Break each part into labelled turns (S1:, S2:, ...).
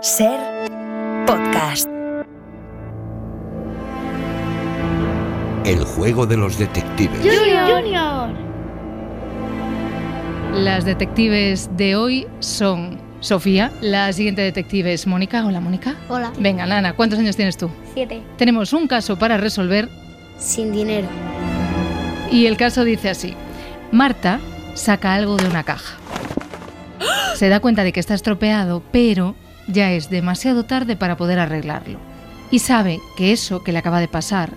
S1: Ser podcast.
S2: El juego de los detectives.
S3: Junior. Junior.
S4: Las detectives de hoy son Sofía, la siguiente detective es Mónica. Hola Mónica.
S3: Hola.
S4: Venga, Nana, ¿cuántos años tienes tú?
S3: Siete.
S4: Tenemos un caso para resolver
S3: Sin dinero.
S4: y el caso dice así. Marta saca algo de una caja. Se da cuenta de que está estropeado, pero ya es demasiado tarde para poder arreglarlo. Y sabe que eso que le acaba de pasar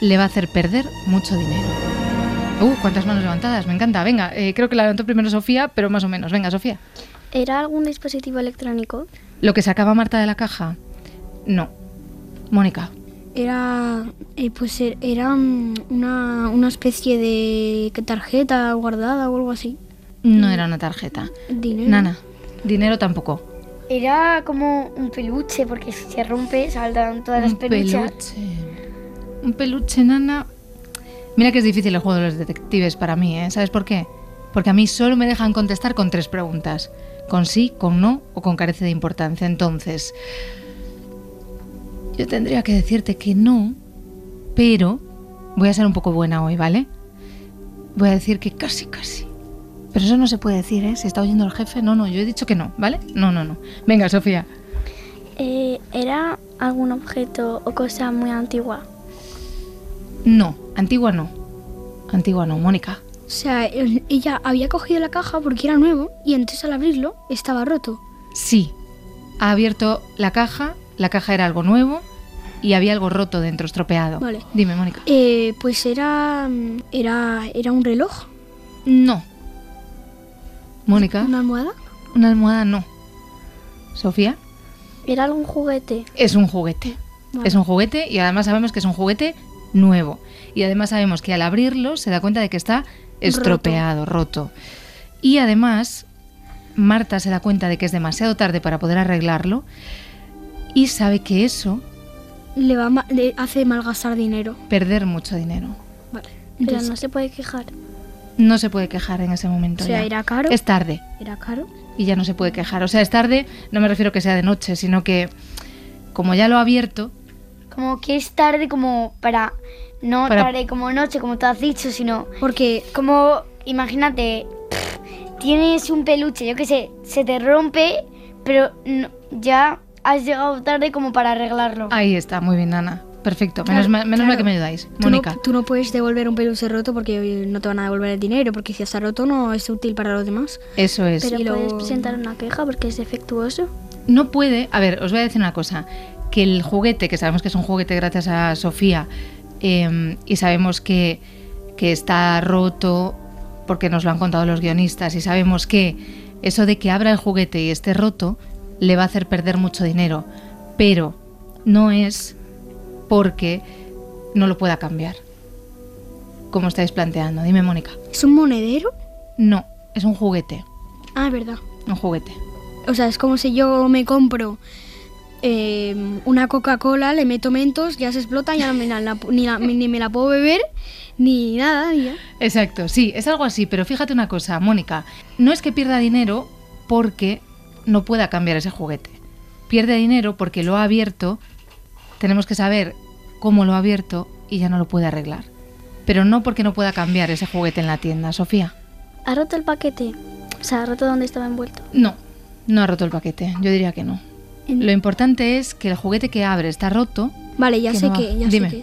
S4: le va a hacer perder mucho dinero. Uh, cuántas manos levantadas, me encanta. Venga, eh, creo que la levantó primero Sofía, pero más o menos. Venga, Sofía.
S5: ¿Era algún dispositivo electrónico?
S4: ¿Lo que sacaba Marta de la caja? No. Mónica.
S5: Era, eh, pues er- era mm, una, una especie de que tarjeta guardada o algo así.
S4: No era una tarjeta.
S5: Dinero.
S4: Nana. Dinero tampoco.
S6: Era como un peluche, porque si se rompe saltan todas las
S4: un
S6: peluchas.
S4: peluche. Un peluche, nana. Mira que es difícil el juego de los detectives para mí, ¿eh? ¿Sabes por qué? Porque a mí solo me dejan contestar con tres preguntas. Con sí, con no o con carece de importancia. Entonces, yo tendría que decirte que no, pero voy a ser un poco buena hoy, ¿vale? Voy a decir que casi, casi. Pero eso no se puede decir, ¿eh? Si está oyendo el jefe, no, no, yo he dicho que no, ¿vale? No, no, no. Venga, Sofía.
S5: Eh, ¿Era algún objeto o cosa muy antigua?
S4: No, antigua no. Antigua no, Mónica.
S5: O sea, el- ella había cogido la caja porque era nuevo y entonces al abrirlo estaba roto.
S4: Sí, ha abierto la caja, la caja era algo nuevo y había algo roto dentro, estropeado.
S5: Vale.
S4: Dime, Mónica.
S5: Eh, pues era, mm, era, era un reloj,
S4: No. Mónica,
S5: una almohada.
S4: una almohada no. Sofía,
S5: Era algún juguete.
S4: es un juguete.
S5: Vale.
S4: Es un juguete y además sabemos que es un juguete nuevo. Y además sabemos que al abrirlo se da cuenta de que está estropeado, roto. Y además, Marta se da cuenta de que es demasiado tarde para poder arreglarlo y sabe que eso,
S5: Le, va ma- le hace malgastar dinero.
S4: perder mucho dinero.
S5: Vale.
S3: Pero
S5: Entonces,
S3: no se puede quejar.
S4: No se puede quejar en ese momento.
S5: o sea,
S4: ya.
S5: era caro.
S4: Es tarde
S5: Era caro.
S4: y ya no se puede quejar. O sea, es tarde, no me refiero que sea de noche, sino que como ya lo ha abierto,
S6: Como que es tarde como para... No
S4: Para-
S6: tarde como noche, como tú has dicho, sino
S5: Porque
S6: como... Imagínate, pff, tienes un peluche, yo qué sé, se te rompe, pero no- ya has llegado tarde como para arreglarlo.
S4: ahí está, muy bien, Ana. Perfecto,
S5: Claro,
S4: menos, ma- menos mal
S5: claro.
S4: que me ayudáis.
S5: Tú no,
S4: Mónica,
S5: tú no puedes devolver un peluche roto porque no te van a devolver el dinero, porque si está roto no es útil para los demás.
S4: eso es.
S5: Pero
S3: Pero
S5: Y luego-
S3: puedes presentar una queja porque es defectuoso.
S4: No puede, a ver, os voy a decir una cosa, que el juguete, que sabemos que es un juguete gracias a Sofía, eh, y sabemos que, que está roto porque nos lo han contado los guionistas, y sabemos que eso de que abra el juguete y esté roto le va a hacer perder mucho dinero, pero no es porque no lo pueda cambiar, como estáis planteando. Dime, Mónica.
S5: ¿Es un monedero?
S4: No, es un juguete,
S5: Ah, es verdad.
S4: un juguete.
S5: O sea, es como si yo me compro eh, una Coca-Cola, le meto mentos, ya se explota, ya no me la- la- ni, la- ni me la puedo beber, ni nada, ni ya.
S4: Exacto, sí, es algo así, pero fíjate una cosa, Mónica, no es que pierda dinero porque no pueda cambiar ese juguete. Pierde dinero porque lo ha abierto, tenemos que saber cómo lo ha abierto y ya no lo puede arreglar. Pero no porque no pueda cambiar ese juguete en la tienda, Sofía.
S3: ¿Ha roto el paquete? O sea, ha roto donde estaba envuelto.
S4: No, no ha roto el paquete, yo diría que no. Lo importante es que el juguete que abre está roto.
S5: Vale, ya
S4: Que
S5: sé
S4: no va.
S5: que, ya
S4: Dime.
S5: sé que,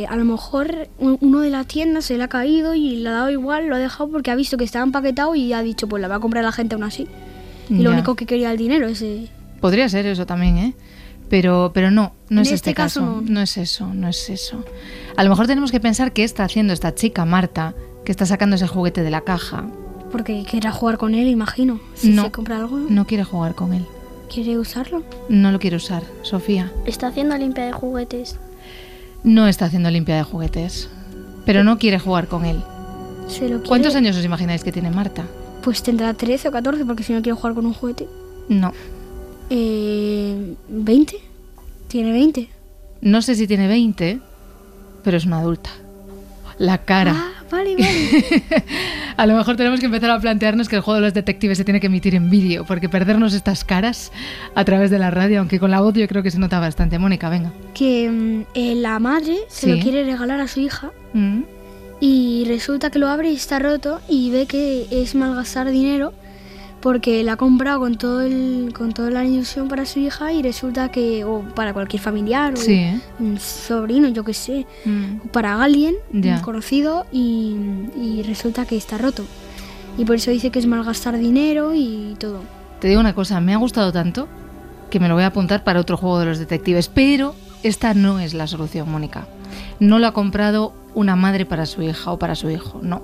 S5: que a lo mejor un- uno de la tienda se le ha caído y le ha dado igual, lo ha dejado porque ha visto que estaba empaquetado y ha dicho, pues la va a comprar la gente aún así. Y
S4: Ya.
S5: lo único que quería el dinero, ese...
S4: Podría ser eso también, ¿eh? Pero, pero no, no
S5: En
S4: es este,
S5: este
S4: caso.
S5: caso
S4: no.
S5: no.
S4: es eso, no es eso. A lo mejor tenemos que pensar qué está haciendo esta chica, Marta, que está sacando ese juguete de la caja.
S5: Porque querrá jugar con él, imagino. Si
S4: No.
S5: se compra algo,
S4: No quiere jugar con él.
S5: quiere usarlo.
S4: No lo quiere usar, Sofía.
S3: Está haciendo limpia de juguetes.
S4: No está haciendo limpia de juguetes. Pero no quiere jugar con él.
S5: Se lo quiere.
S4: ¿Cuántos años os imagináis que tiene Marta?
S5: Pues tendrá 13 o 14, porque si no quiere jugar con un juguete.
S4: No.
S5: Eh, ¿20? Tiene 20.
S4: No sé si tiene 20, pero es una adulta. La cara.
S5: Ah, Vale, vale.
S4: a lo mejor tenemos que empezar a plantearnos que el juego de los detectives se tiene que emitir en vídeo, porque perdernos estas caras a través de la radio, aunque con la voz yo creo que se nota bastante. Mónica, venga.
S5: Que eh, la madre se
S4: Sí.
S5: lo quiere regalar a su hija
S4: Mm.
S5: y resulta que lo abre y está roto y ve que es malgastar dinero porque la ha comprado con todo el con toda la ilusión para su hija y resulta que o para cualquier familiar o
S4: Sí, ¿eh?
S5: un sobrino, yo qué sé,
S4: Mm.
S5: para alguien
S4: Ya.
S5: conocido y, y resulta que está roto. Y por eso dice que es malgastar dinero y todo.
S4: Te digo una cosa, me ha gustado tanto que me lo voy a apuntar para otro juego de los detectives, pero esta no es la solución, Mónica. No lo ha comprado una madre para su hija o para su hijo, no.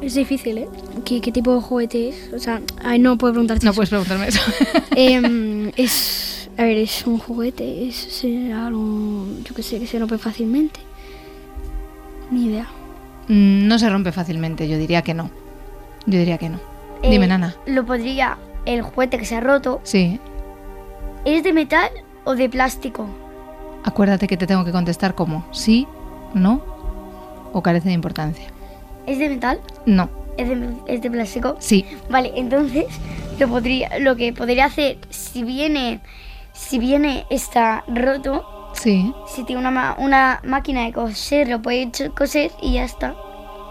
S5: Es difícil, ¿eh? ¿Qué, qué tipo de juguete es? O sea, ay, no puedo preguntarte.
S4: No pues
S5: eso.
S4: puedes preguntarme eso.
S5: Em, es, a ver, es un juguete, es, será algo, yo que sé, que se rompe fácilmente. Ni idea.
S4: Mm, No se rompe fácilmente, yo diría que no. Yo diría que no. Dime,
S6: Eh,
S4: Nana.
S6: Lo podría, el juguete que se ha roto,
S4: Sí,
S6: ¿es de metal o de plástico?
S4: acuérdate que te tengo que contestar como sí, no o carece de importancia.
S6: ¿Es de metal?
S4: No,
S6: ¿Es de, es de plástico?
S4: sí,
S6: Vale, entonces lo, podría, lo que podría hacer si viene, si viene está roto,
S4: sí.
S6: si tiene una, ma- una máquina de coser, lo puede cho- coser y ya está.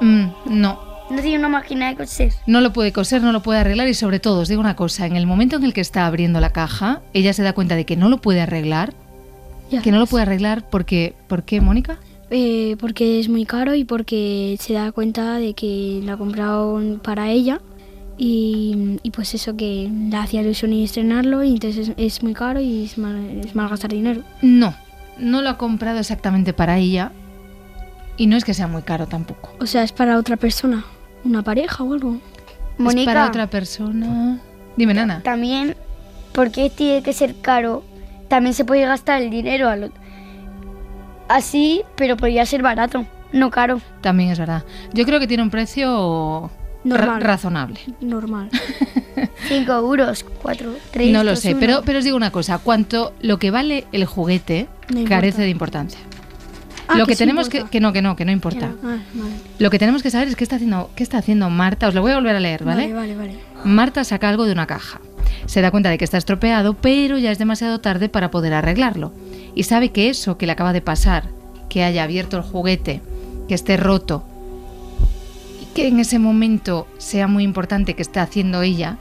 S4: Mm, no,
S6: No tiene una máquina de coser.
S4: No lo puede coser, no lo puede arreglar y sobre todo, os digo una cosa, en el momento en el que está abriendo la caja, ella se da cuenta de que no lo puede arreglar,
S5: Ya.
S4: que no lo puede arreglar porque, ¿por qué, Mónica?
S5: Eh, porque es muy caro y porque se da cuenta de que la compraron para ella. Y, y pues eso que la hacía ilusión y estrenarlo y entonces es, es muy caro y es, mal, es malgastar dinero.
S4: No, no lo ha comprado exactamente para ella y no es que sea muy caro tampoco.
S5: O sea, es para otra persona, una pareja o algo.
S4: Es para otra persona. Dime, Nana.
S6: También, porque tiene que ser caro, también se puede gastar el dinero al ot- así, pero podría ser barato, no caro.
S4: También es verdad. Yo creo que tiene un precio ra-
S5: Normal.
S4: razonable.
S5: Normal.
S6: 5 euros, 4, 3.
S4: no lo sé, pero, pero os digo una cosa, cuanto lo que vale el juguete
S5: No importa.
S4: carece de importancia.
S5: Ah,
S4: lo que,
S5: que sí
S4: tenemos que,
S5: importa.
S4: que no, que no, que no importa.
S5: Ah, vale.
S4: Lo que tenemos que saber es qué está haciendo, qué está haciendo Marta. Os lo voy a volver a leer, ¿vale?
S5: Vale, vale, vale.
S4: Marta saca algo de una caja. Se da cuenta de que está estropeado, pero ya es demasiado tarde para poder arreglarlo. Y sabe que eso que le acaba de pasar, que haya abierto el juguete, que esté roto, y que en ese momento sea muy importante que esté haciendo ella,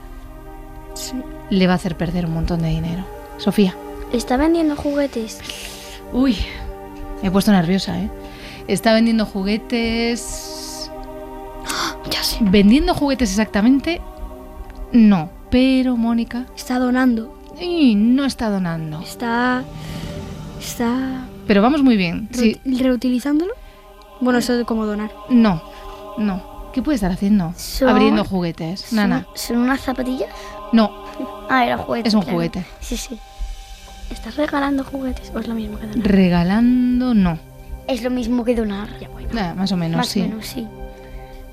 S4: le va a hacer perder un montón de dinero. Sofía.
S3: Está vendiendo juguetes.
S4: Uy, me he puesto nerviosa, ¿eh? Está vendiendo juguetes.
S5: Ya sé.
S4: ¿Vendiendo juguetes exactamente? No, pero Mónica
S5: Está donando.
S4: y no está donando.
S5: Está. Está.
S4: Pero vamos muy bien. Sí,
S5: reut- reutilizándolo. Bueno, eso de como donar.
S4: no, no. ¿Qué puede estar haciendo?
S6: Son-
S4: Abriendo juguetes. Nana.
S6: ¿Son, son unas zapatillas?
S4: No,
S6: Ah, era juguete.
S4: Es un
S6: claro.
S4: juguete.
S6: Sí, sí.
S3: ¿Estás regalando juguetes? ¿O es lo mismo que donar?
S4: regalando no.
S6: Es lo mismo que donar.
S4: Ah, más o menos,
S6: Más
S4: sí.
S6: o menos, sí.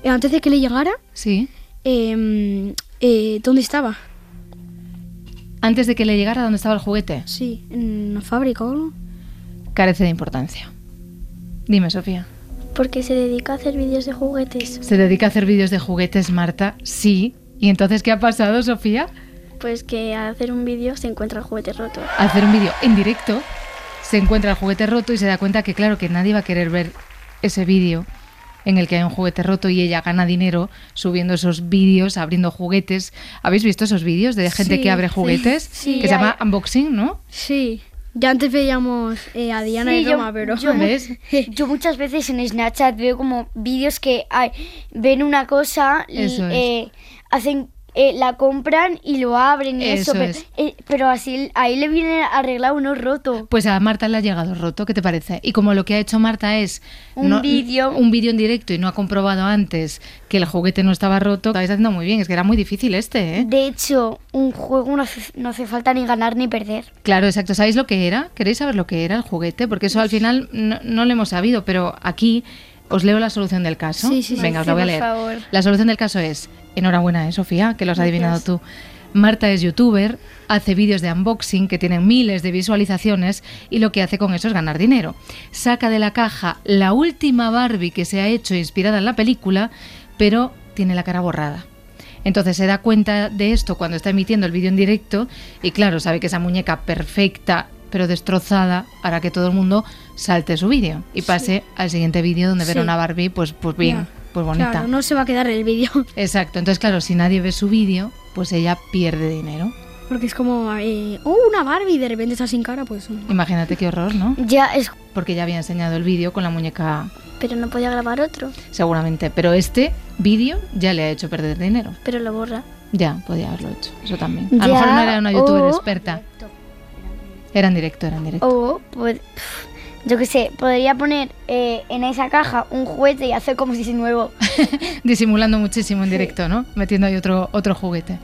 S5: Eh, Antes de que le llegara,
S4: Sí.
S5: eh, eh, ¿dónde estaba?
S4: Antes de que le llegara donde estaba el juguete,
S5: Sí, en una fábrica o algo.
S4: carece de importancia. Dime, Sofía.
S3: Porque se dedica a hacer vídeos de juguetes.
S4: ¿Se dedica a hacer vídeos de juguetes, Marta? Sí. ¿Y entonces qué ha pasado, Sofía?
S3: Pues que al hacer un vídeo se encuentra el juguete roto.
S4: a hacer un vídeo en directo, se encuentra el juguete roto y se da cuenta que claro que nadie va a querer ver ese vídeo en el que hay un juguete roto y ella gana dinero subiendo esos vídeos, abriendo juguetes. ¿Habéis visto esos vídeos de gente
S5: Sí,
S4: que abre
S5: sí,
S4: juguetes?
S6: sí,
S4: que se
S6: hay-
S4: llama unboxing, ¿no?
S5: Sí. Ya antes veíamos eh, a Diana
S6: Sí,
S5: y
S6: yo-
S5: Roma, pero.
S6: yo-
S4: ¿Ves?
S6: Yo muchas veces en Snapchat veo como vídeos que ay, ven una cosa y
S4: Eso es.
S6: eh, hacen eh, la compran y lo abren y
S4: Eso
S6: eso, pe-
S4: es.
S6: eh, pero así ahí le viene arreglado uno roto.
S4: Pues a Marta le ha llegado roto, ¿qué te parece? Y como lo que ha hecho Marta es
S6: Un vídeo.
S4: un vídeo en directo y no ha comprobado antes que el juguete no estaba roto, estáis haciendo muy bien, es que era muy difícil este, ¿eh?
S6: De hecho, un juego no hace, no hace falta ni ganar ni perder.
S4: Claro, exacto. ¿Sabéis lo que era? ¿Queréis saber lo que era el juguete? Porque eso al final no, no lo hemos sabido, pero aquí os leo la solución del caso.
S5: Sí, sí, sí.
S4: Venga, os
S6: Sí,
S4: la voy a
S6: por
S4: leer.
S6: favor.
S4: La solución del caso es, enhorabuena, ¿eh, Sofía, que lo has adivinado tú. Marta es youtuber, hace vídeos de unboxing que tienen miles de visualizaciones y lo que hace con eso es ganar dinero. Saca de la caja la última Barbie que se ha hecho inspirada en la película, pero tiene la cara borrada. Entonces se da cuenta de esto cuando está emitiendo el vídeo en directo y claro, sabe que esa muñeca perfecta pero destrozada hará que todo el mundo salte su vídeo y pase sí. al siguiente vídeo donde sí. ver una Barbie pues, pues bien, yeah. pues bonita.
S5: Claro, no se va a quedar el vídeo.
S4: Exacto, entonces claro, si nadie ve su vídeo, pues ella pierde dinero.
S5: Porque es como, eh, oh, una Barbie y de repente está sin cara, pues...
S4: Imagínate qué horror, ¿no?
S6: Ya es...
S4: Porque ya había enseñado el vídeo con la muñeca...
S3: Pero no podía grabar otro.
S4: Seguramente, pero este vídeo ya le ha hecho perder dinero.
S3: Pero lo borra.
S4: Ya, podía haberlo hecho, eso también. A lo mejor no era una youtuber o... experta. Era en directo, era en directo.
S6: O, pues, yo qué sé, podría poner eh, en esa caja un juguete y hacer como si es nuevo.
S4: Disimulando muchísimo en directo, sí. ¿no? Metiendo ahí otro, otro juguete.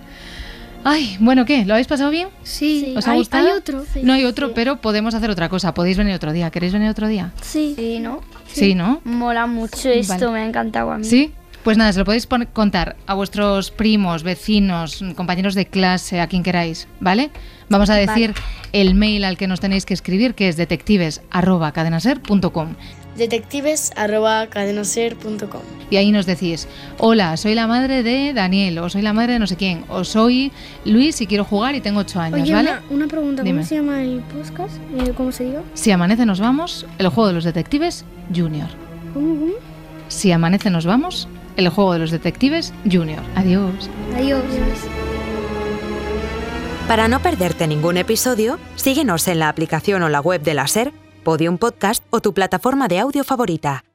S4: Ay, bueno, ¿qué? ¿Lo habéis pasado bien?
S5: Sí.
S4: ¿Os ha
S5: hay,
S4: gustado?
S5: Hay otro. Sí,
S4: no hay otro,
S5: sí.
S4: pero podemos hacer otra cosa. Podéis venir otro día. ¿Queréis venir otro día?
S6: Sí. Sí, ¿no?
S4: Sí, ¿no?
S6: Mola mucho esto, vale. me ha encantado a mí.
S4: ¿Sí? Pues nada, se lo podéis contar a vuestros primos, vecinos, compañeros de clase, a quien queráis, ¿vale? Vamos a decir vale. el mail al que nos tenéis que escribir, que es detectives.cadenaser.com.
S7: Detectives.cadenaser.com.
S4: Y ahí nos decís, hola, soy la madre de Daniel, o soy la madre de no sé quién, o soy Luis y quiero jugar y tengo 8 años,
S5: Oye,
S4: ¿vale?
S5: Una, una pregunta, ¿cómo Dime. se llama el podcast? Eh, ¿Cómo se diga?
S4: Si amanece nos vamos, el juego de los detectives junior.
S5: ¿Cómo, cómo?
S4: Si amanece nos vamos, el juego de los detectives Junior. Adiós.
S5: Adiós.
S1: Para no perderte ningún episodio, síguenos en la aplicación o la web de la SER, Podium Podcast o tu plataforma de audio favorita.